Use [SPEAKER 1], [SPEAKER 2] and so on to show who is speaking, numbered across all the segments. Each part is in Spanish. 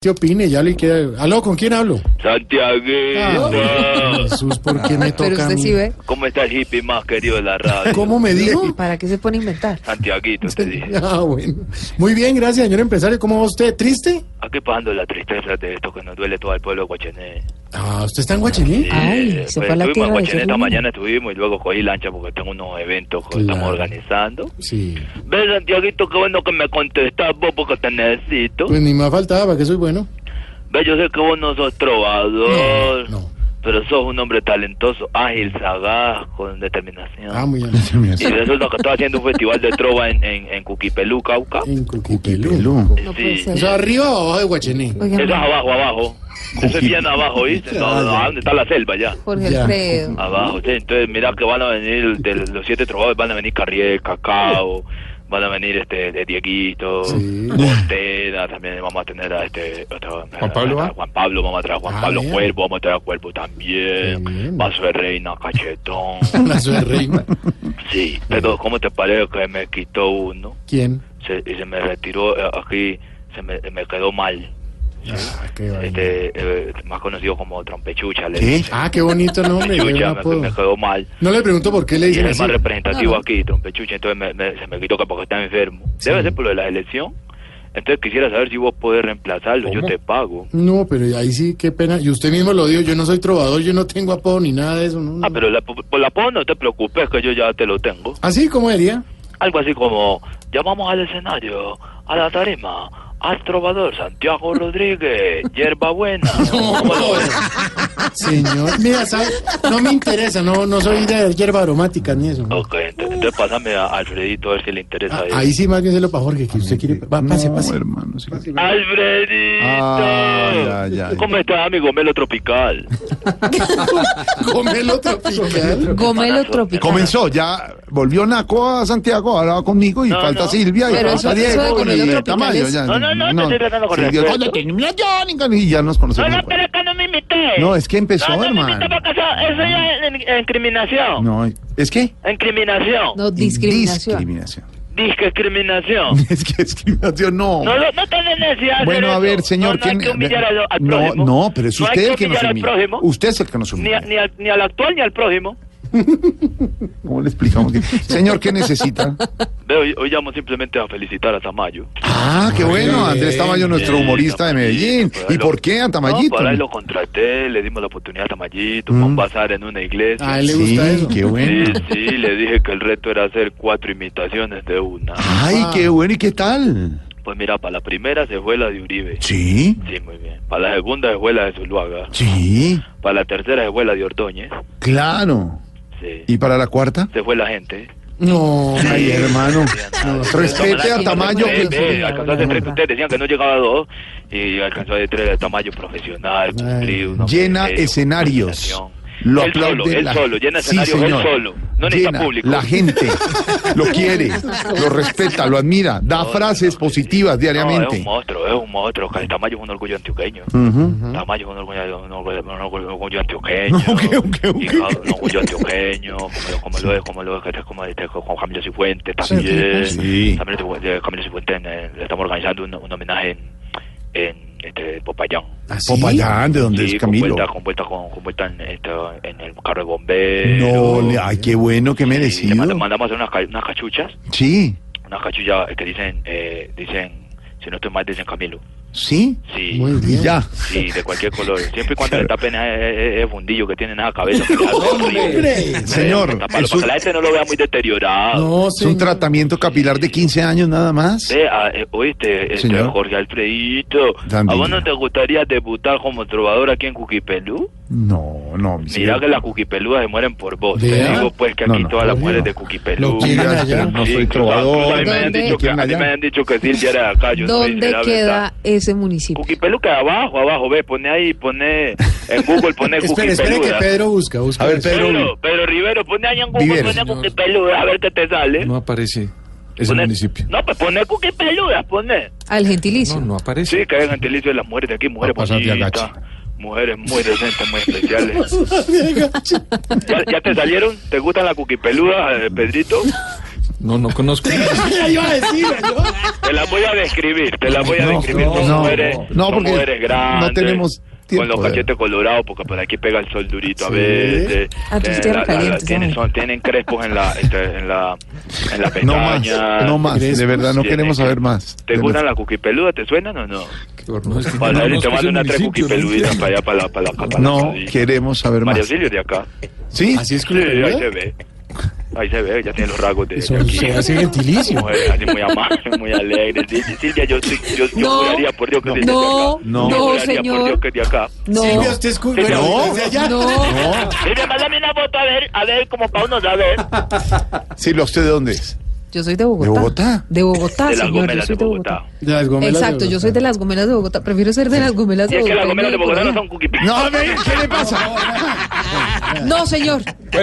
[SPEAKER 1] ¿Qué opine? Ya le queda. Aló, ¿con quién hablo?
[SPEAKER 2] Ah,
[SPEAKER 3] Ah,
[SPEAKER 2] Santiaguita,
[SPEAKER 1] Jesús, ¿por qué me toca
[SPEAKER 3] Pero
[SPEAKER 1] a
[SPEAKER 3] usted
[SPEAKER 1] mí?
[SPEAKER 3] sí ve,
[SPEAKER 2] ¿cómo está el hippie más querido de la radio?
[SPEAKER 1] ¿Cómo me dijo?
[SPEAKER 3] ¿para qué se pone a inventar?
[SPEAKER 2] Eh, Santiaguito, te dije.
[SPEAKER 1] Ah, bueno. Muy bien, gracias, señor empresario. ¿Cómo va usted? ¿Triste?
[SPEAKER 2] Aquí pasando la tristeza de esto que nos duele todo el pueblo de Guachené.
[SPEAKER 1] Ah, ¿usted está en Guachiní?
[SPEAKER 3] Ay,
[SPEAKER 2] Eh,
[SPEAKER 3] se
[SPEAKER 2] pues
[SPEAKER 3] fue a la
[SPEAKER 2] estuvimos en
[SPEAKER 3] tierra de
[SPEAKER 2] Guachené esta
[SPEAKER 3] Yerlín.
[SPEAKER 2] mañana, estuvimos y luego cogí lancha porque tengo unos eventos que
[SPEAKER 1] Claro.
[SPEAKER 2] estamos organizando.
[SPEAKER 1] Sí.
[SPEAKER 2] Ve, Santiaguito, qué bueno que me contestas vos porque te necesito.
[SPEAKER 1] Pues ni más faltaba, ¿para que soy bueno?
[SPEAKER 2] Ve, yo sé que vos no sos trovador.
[SPEAKER 1] No, no.
[SPEAKER 2] Pero sos un hombre talentoso, ágil, sagaz, con determinación.
[SPEAKER 1] Ah, muy bien.
[SPEAKER 2] Y resulta que estoy haciendo un festival de trova en, en, en Cuquipelú, Cauca.
[SPEAKER 1] En Cuquipelú.
[SPEAKER 3] No puede
[SPEAKER 2] Sí.
[SPEAKER 1] O
[SPEAKER 3] ser.
[SPEAKER 1] sea, arriba o abajo de Guachiní.
[SPEAKER 3] Oigan,
[SPEAKER 2] Eso es abajo, abajo. Eso es bien abajo, ¿viste? No, no, ¿dónde está la selva ya?
[SPEAKER 3] Jorge
[SPEAKER 1] Ya.
[SPEAKER 3] Alfredo.
[SPEAKER 2] Abajo, sí. Entonces, mira que van a venir de los siete trovadores, van a venir Carriel, Cacao, van a venir este de Dieguito,
[SPEAKER 1] Sí.
[SPEAKER 2] Montera, también vamos a tener a este otro-
[SPEAKER 4] ¿Juan Pablo va?
[SPEAKER 2] a Juan Pablo, vamos a traer a Juan
[SPEAKER 1] Ah,
[SPEAKER 2] Pablo
[SPEAKER 1] bien.
[SPEAKER 2] Cuervo, vamos a traer a Cuervo también,
[SPEAKER 1] Bien.
[SPEAKER 2] Vaso de Reina, Cachetón.
[SPEAKER 1] Nazo de rey.
[SPEAKER 2] Sí, pero ¿cómo te parece que me quitó uno?
[SPEAKER 1] ¿Quién?
[SPEAKER 2] Se, y se me retiró eh, aquí, se me, me quedó mal.
[SPEAKER 1] Ah, qué vaina.
[SPEAKER 2] este, eh, más conocido como trompechucha. le
[SPEAKER 1] ¿Qué?
[SPEAKER 2] dicen.
[SPEAKER 1] Ah, qué bonito nombre. qué buen
[SPEAKER 2] Trompechucha, me,
[SPEAKER 1] apodo.
[SPEAKER 2] me quedó mal.
[SPEAKER 1] No le pregunto por qué le
[SPEAKER 2] Y es
[SPEAKER 1] dicen
[SPEAKER 2] el
[SPEAKER 1] así.
[SPEAKER 2] más representativo aquí, trompechucha. Entonces me- me- se me quitó que porque está enfermo. Debe ser por lo de la elección. Entonces quisiera saber si vos podés reemplazarlo. Yo
[SPEAKER 1] ¿Cómo?
[SPEAKER 2] te pago.
[SPEAKER 1] No, pero ahí sí, qué pena. Y usted mismo lo dijo, yo no soy trovador, yo no tengo apodo ni nada de eso. No,
[SPEAKER 2] Ah, pero la, por por la pon no te preocupes, que yo ya te lo tengo.
[SPEAKER 1] ¿Así? ¿Ah, ¿Cómo diría?
[SPEAKER 2] Algo así como: llamamos al escenario, a la tarima, al trovador Santiago Rodríguez, hierba buena. ¿Cómo lo ves? Ah.
[SPEAKER 1] Señor, mira, ¿sabe? no me interesa, no, no soy de hierba aromática ni eso.
[SPEAKER 2] Ok, ent- entonces pásame a Alfredito a ver si le interesa.
[SPEAKER 1] Ah,
[SPEAKER 2] eso.
[SPEAKER 1] ahí sí más bien se lo para Jorge, que usted quiere... Va, pase, pase.
[SPEAKER 4] hermano. sí.
[SPEAKER 2] ¡Alfredito!
[SPEAKER 4] Ah, ya, ya.
[SPEAKER 2] ¿Cómo estás, amigo Melo Tropical?
[SPEAKER 1] Comelo tropical.
[SPEAKER 3] Gomelo tropical.
[SPEAKER 4] Comenzó, ya volvió Naco a Santiago, ahora va conmigo y
[SPEAKER 2] No,
[SPEAKER 4] falta
[SPEAKER 2] no.
[SPEAKER 4] Silvia y
[SPEAKER 3] Pero
[SPEAKER 4] falta
[SPEAKER 3] eso- eso de
[SPEAKER 4] Diego
[SPEAKER 3] comiendo
[SPEAKER 4] y
[SPEAKER 3] tropicales.
[SPEAKER 4] Tamayo. Ya,
[SPEAKER 2] No, no, no, te estoy tratando con
[SPEAKER 4] Sí,
[SPEAKER 2] respeto.
[SPEAKER 4] Oye, termina ya, niña, y ya nos conocemos. bueno.
[SPEAKER 2] que no me invité.
[SPEAKER 4] No, es que empezó, hermano.
[SPEAKER 2] eso ya es en- en- incriminación.
[SPEAKER 4] No, ¿es qué?
[SPEAKER 2] Incriminación.
[SPEAKER 3] No, discriminación.
[SPEAKER 4] Discriminación.
[SPEAKER 2] Discriminación.
[SPEAKER 4] Es que discriminación, no.
[SPEAKER 2] No, no, no tenés necesidad de hacer
[SPEAKER 4] Bueno, a
[SPEAKER 2] eso.
[SPEAKER 4] ver,
[SPEAKER 2] no,
[SPEAKER 4] señor,
[SPEAKER 2] no hay
[SPEAKER 4] ¿quién-
[SPEAKER 2] que humillar al, al
[SPEAKER 4] no,
[SPEAKER 2] prójimo.
[SPEAKER 4] no, pero es
[SPEAKER 2] No hay
[SPEAKER 4] usted el que
[SPEAKER 2] humillar
[SPEAKER 4] nos
[SPEAKER 2] al
[SPEAKER 4] humilla.
[SPEAKER 2] prójimo,
[SPEAKER 4] Usted es el que nos
[SPEAKER 2] Ni,
[SPEAKER 4] humilla.
[SPEAKER 2] a- ni, al, ni al actual ni al prójimo.
[SPEAKER 4] ¿Cómo le explicamos? que- Señor, ¿qué necesita?
[SPEAKER 2] Veo, hoy, hoy llamo simplemente a felicitar a Tamayo.
[SPEAKER 4] Ah, qué bueno, Andrés Tamayo, nuestro
[SPEAKER 2] Sí,
[SPEAKER 4] humorista de
[SPEAKER 2] Tamayito,
[SPEAKER 4] Medellín.
[SPEAKER 2] por ahí
[SPEAKER 4] ¿Y
[SPEAKER 2] lo-
[SPEAKER 4] por qué a
[SPEAKER 2] No,
[SPEAKER 4] Tamayito? Mm.
[SPEAKER 2] por ahí lo contraté, le dimos la oportunidad a Tamayito, fue a un bazar en una iglesia.
[SPEAKER 1] A él le
[SPEAKER 4] Sí,
[SPEAKER 1] gusta eso.
[SPEAKER 4] qué
[SPEAKER 2] Sí,
[SPEAKER 4] bueno.
[SPEAKER 2] sí, le dije que el reto era hacer cuatro imitaciones de una.
[SPEAKER 4] Ay, qué bueno, ¿y qué tal?
[SPEAKER 2] Pues mira, para la primera se fue la de Uribe.
[SPEAKER 4] Sí,
[SPEAKER 2] Sí, muy bien. Para la segunda se fue la de Zuluaga.
[SPEAKER 4] sí,
[SPEAKER 2] Para la tercera se fue la de Ordóñez.
[SPEAKER 4] claro.
[SPEAKER 2] Sí.
[SPEAKER 4] ¿Y para la cuarta?
[SPEAKER 2] Se fue la gente.
[SPEAKER 1] No,
[SPEAKER 4] Ay, hermano. Respete a
[SPEAKER 3] Tamayo,
[SPEAKER 4] Tamayo. pues.
[SPEAKER 2] Ve, ve,
[SPEAKER 4] que-
[SPEAKER 2] alcanzó a hacer tres que ustedes decían que no llegaba a dos. Y alcanzó a hacer tres de tamaño profesional, cumplido. un hombre
[SPEAKER 4] Llena
[SPEAKER 2] serio,
[SPEAKER 4] escenarios.
[SPEAKER 2] organización.
[SPEAKER 4] Lo
[SPEAKER 2] eh, él solo,
[SPEAKER 4] aplaude
[SPEAKER 2] él
[SPEAKER 4] la-
[SPEAKER 2] solo, llena
[SPEAKER 4] Sí,
[SPEAKER 2] escenarios él
[SPEAKER 4] señor.
[SPEAKER 2] solo. No necesita
[SPEAKER 4] Llena,
[SPEAKER 2] público.
[SPEAKER 4] La gente lo quiere, lo respeta, lo admira, da frases positivas
[SPEAKER 2] No, es
[SPEAKER 4] diariamente.
[SPEAKER 2] un monstruo, es un monstruo. que Tamayo es un orgullo antioqueño. Tamayo es un orgullo, un orgullo, un orgullo- un orgullo antioqueño.
[SPEAKER 4] No, ¿qué, qué,
[SPEAKER 2] Y
[SPEAKER 4] qué?
[SPEAKER 2] claro, un orgullo antioqueño, como lo, como lo es, como lo es, que es como este, con Camilo Cifuentes también.
[SPEAKER 4] Sí.
[SPEAKER 2] También este, eh, Camilo Cifuentes, eh, le estamos organizando un, un homenaje en, en este, Popayán.
[SPEAKER 1] ¿Así?
[SPEAKER 4] Popayán, de donde
[SPEAKER 2] Sí,
[SPEAKER 4] es
[SPEAKER 2] con
[SPEAKER 4] Camilo.
[SPEAKER 2] vuelta, con vuelta, con, con vuelta en, este, en el carro de bomberos.
[SPEAKER 4] No, le- ay, qué bueno, qué
[SPEAKER 2] Y le
[SPEAKER 4] merecido.
[SPEAKER 2] mand- mandamos hacer unas, ca- unas cachuchas,
[SPEAKER 4] Sí,
[SPEAKER 2] unas cachuchas que dicen, eh, dicen, si no estoy mal, dicen Camilo.
[SPEAKER 4] sí,
[SPEAKER 2] Sí.
[SPEAKER 1] Muy
[SPEAKER 4] y
[SPEAKER 1] bien.
[SPEAKER 4] ya.
[SPEAKER 2] Sí, de cualquier color. Siempre y cuando le tapen e, ese ese- ese fundillo que tienen en la cabeza. que le hace horrible.
[SPEAKER 1] Hombre.
[SPEAKER 4] Señor,
[SPEAKER 2] Taparlo,
[SPEAKER 4] es
[SPEAKER 2] para
[SPEAKER 4] un,
[SPEAKER 2] que la gente no lo vea muy deteriorado.
[SPEAKER 1] No,
[SPEAKER 4] es un
[SPEAKER 1] señor.
[SPEAKER 4] tratamiento capilar de 15 años nada más.
[SPEAKER 2] Ve, ah, eh, oíste, este,
[SPEAKER 4] Señor.
[SPEAKER 2] Jorge Alfredito, ¿a
[SPEAKER 4] Dame.
[SPEAKER 2] vos no te gustaría debutar como trovador aquí en Cuquipelú?
[SPEAKER 4] No, no. sí.
[SPEAKER 2] Mira que las cuquipeludas se mueren por vos. Te
[SPEAKER 1] Vea.
[SPEAKER 2] digo pues que
[SPEAKER 4] No,
[SPEAKER 2] aquí
[SPEAKER 4] no,
[SPEAKER 2] todas las
[SPEAKER 4] no,
[SPEAKER 2] mujeres
[SPEAKER 4] no.
[SPEAKER 2] de
[SPEAKER 4] Lo que
[SPEAKER 2] cuquipeludas.
[SPEAKER 4] digas,
[SPEAKER 1] allá.
[SPEAKER 4] pero no
[SPEAKER 2] Sí,
[SPEAKER 4] soy
[SPEAKER 2] claro, A
[SPEAKER 4] trovador.
[SPEAKER 2] mí me han
[SPEAKER 3] ¿Dónde?
[SPEAKER 2] dicho que, a mí me han dicho que Silvia era de acá. Yo soy
[SPEAKER 3] ¿Dónde
[SPEAKER 2] de la verdad.
[SPEAKER 3] queda ese municipio?
[SPEAKER 2] Cuquipelu que abajo, abajo, ve, pone ahí, pone en Google, pone
[SPEAKER 1] Espere, espere que
[SPEAKER 2] cuquipeluda.
[SPEAKER 1] Pedro busca, busca.
[SPEAKER 4] A ver,
[SPEAKER 1] eso.
[SPEAKER 4] Pedro.
[SPEAKER 2] Pedro, Pedro Rivero, pone ahí en Google,
[SPEAKER 4] Viveros.
[SPEAKER 2] pone cuquipeluda, a ver qué te sale.
[SPEAKER 5] No aparece ese
[SPEAKER 2] Pone-
[SPEAKER 5] municipio.
[SPEAKER 2] No, pues pone cuquipeluda, pone.
[SPEAKER 3] Al gentilicio.
[SPEAKER 5] No, no aparece.
[SPEAKER 2] Sí, que hay gentilicio de las mujeres de aquí, mujeres
[SPEAKER 4] Papá Santiago
[SPEAKER 2] bonitas, mujeres muy decentes, muy especiales. ¿Ya, ya te salieron? ¿Te gustan las cuquipeludas, eh, Pedrito?
[SPEAKER 5] No, no conozco.
[SPEAKER 1] Ya iba a decir, yo.
[SPEAKER 2] Te las voy a describir, te las voy a
[SPEAKER 4] No,
[SPEAKER 2] describir.
[SPEAKER 4] no,
[SPEAKER 2] son
[SPEAKER 4] no,
[SPEAKER 2] mujeres,
[SPEAKER 4] no, no,
[SPEAKER 2] son
[SPEAKER 4] porque
[SPEAKER 2] mujeres
[SPEAKER 4] no
[SPEAKER 2] grandes,
[SPEAKER 4] tenemos tiempo eh.
[SPEAKER 2] Con los
[SPEAKER 4] de-
[SPEAKER 2] cachetes colorados, porque por aquí pega el sol durito a
[SPEAKER 1] Sí.
[SPEAKER 2] veces.
[SPEAKER 3] Ah, tus
[SPEAKER 2] Eh,
[SPEAKER 3] tierras calientes,
[SPEAKER 2] tienen,
[SPEAKER 3] ay.
[SPEAKER 2] son- tienen crespos en la, entre- en la, en la
[SPEAKER 4] No más,
[SPEAKER 2] pestaña.
[SPEAKER 4] no más. De verdad, no
[SPEAKER 2] Tienen
[SPEAKER 4] queremos
[SPEAKER 2] que-
[SPEAKER 4] saber más.
[SPEAKER 2] ¿Te gustan las cuquipeludas? ¿Te suenan o no?
[SPEAKER 5] No, es que
[SPEAKER 2] Para
[SPEAKER 5] no
[SPEAKER 2] y te
[SPEAKER 5] conozco ese
[SPEAKER 2] mando una tres
[SPEAKER 5] municipio, no
[SPEAKER 2] cuquipeluditas
[SPEAKER 5] entiendo.
[SPEAKER 2] para allá, para la, para la, para la-
[SPEAKER 4] No
[SPEAKER 2] sí.
[SPEAKER 4] queremos saber más.
[SPEAKER 2] María Auxilio de acá.
[SPEAKER 4] ¿Sí?
[SPEAKER 1] Así es
[SPEAKER 2] Sí, ahí se
[SPEAKER 1] que
[SPEAKER 2] ve. Ahí se ve, ya tiene los rasgos de, de
[SPEAKER 1] Eso
[SPEAKER 2] aquí.
[SPEAKER 1] se hace gentilicio.
[SPEAKER 2] Mujer, así muy amable, muy alegre. Sí, sí, Silvia, yo, sí- yo, yo
[SPEAKER 3] No.
[SPEAKER 2] juraría por Dios que sí es de
[SPEAKER 3] No,
[SPEAKER 2] acá.
[SPEAKER 4] no,
[SPEAKER 2] Yo juraría por
[SPEAKER 3] señor.
[SPEAKER 2] Dios que es de acá.
[SPEAKER 3] No,
[SPEAKER 1] Silvia, usted es cu-
[SPEAKER 2] Sí,
[SPEAKER 1] bueno,
[SPEAKER 2] no.
[SPEAKER 1] desde allá.
[SPEAKER 3] no.
[SPEAKER 2] Silvia, mándame una foto a ver, a ver, como para uno saber.
[SPEAKER 3] Ah,
[SPEAKER 4] Silvia, ¿usted de dónde es?
[SPEAKER 3] Yo soy de Bogotá.
[SPEAKER 4] ¿De Bogotá?
[SPEAKER 3] De Bogotá,
[SPEAKER 2] De las
[SPEAKER 3] señor. Yo
[SPEAKER 2] gomelas de
[SPEAKER 3] soy de Bogotá.
[SPEAKER 2] Bogotá.
[SPEAKER 1] De las gomelas de
[SPEAKER 3] Exacto, yo soy de las gomelas de Bogotá. Prefiero ser de las gomelas
[SPEAKER 2] Y
[SPEAKER 3] de
[SPEAKER 2] es que
[SPEAKER 3] Bogotá.
[SPEAKER 2] las gomelas de Bogotá no son cuquipeludas.
[SPEAKER 4] No, ve, ¿qué le pasa?
[SPEAKER 3] No, señor.
[SPEAKER 4] No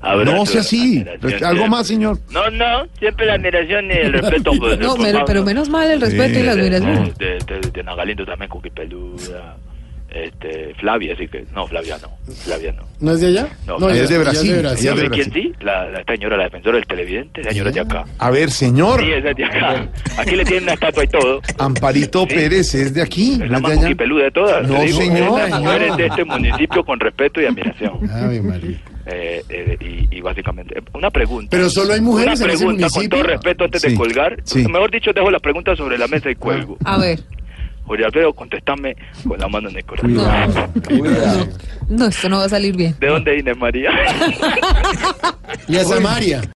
[SPEAKER 2] Abrazo,
[SPEAKER 4] sea así.
[SPEAKER 3] Pues,
[SPEAKER 2] admiración
[SPEAKER 4] Algo
[SPEAKER 2] siempre.
[SPEAKER 4] más, señor.
[SPEAKER 2] No, no, siempre la admiración y el respeto. pues,
[SPEAKER 3] No,
[SPEAKER 2] por
[SPEAKER 3] pero,
[SPEAKER 2] Pablo.
[SPEAKER 3] pero menos mal el respeto y las
[SPEAKER 2] Eh, de,
[SPEAKER 3] admiración.
[SPEAKER 2] de, de- de Nagalindo también, Cookie Peluda, este, Flavia, así que, no, Flavia no, Flavia no.
[SPEAKER 1] ¿No es de allá?
[SPEAKER 2] No,
[SPEAKER 4] es
[SPEAKER 1] ella-
[SPEAKER 4] de
[SPEAKER 1] ella
[SPEAKER 4] Brasil, ella es
[SPEAKER 2] ¿Sabe
[SPEAKER 4] de
[SPEAKER 2] quién
[SPEAKER 4] Brasil.
[SPEAKER 2] sí? La, la señora, la defensora del televidente, la señora de acá.
[SPEAKER 4] A ver, señor.
[SPEAKER 2] Sí, esa es de acá. Aquí le tienen una estatua y todo.
[SPEAKER 1] Ah,
[SPEAKER 4] Amparito
[SPEAKER 2] Sí.
[SPEAKER 4] Pérez es de aquí,
[SPEAKER 2] Es la
[SPEAKER 4] ¿no
[SPEAKER 2] más
[SPEAKER 4] es de allá?
[SPEAKER 2] coquipeluda de todas.
[SPEAKER 4] No,
[SPEAKER 2] Te digo,
[SPEAKER 4] señor.
[SPEAKER 2] es de las mujeres de este municipio con respeto y admiración.
[SPEAKER 1] Ave María.
[SPEAKER 2] Eh, eh, y, y básicamente, eh, una pregunta.
[SPEAKER 1] Pero solo hay mujeres
[SPEAKER 2] Una
[SPEAKER 1] en ese
[SPEAKER 2] pregunta, con todo
[SPEAKER 1] municipio.
[SPEAKER 2] respeto, antes
[SPEAKER 4] Sí,
[SPEAKER 2] de colgar.
[SPEAKER 4] sí.
[SPEAKER 2] Mejor dicho, dejo la pregunta sobre la mesa y cuelgo.
[SPEAKER 1] Ah.
[SPEAKER 3] A ver.
[SPEAKER 2] Jorge Alfredo, contéstame con la mano en el corazón.
[SPEAKER 3] No, no, esto no va a salir bien.
[SPEAKER 2] ¿De dónde es Inés María?
[SPEAKER 1] Y a Samaria.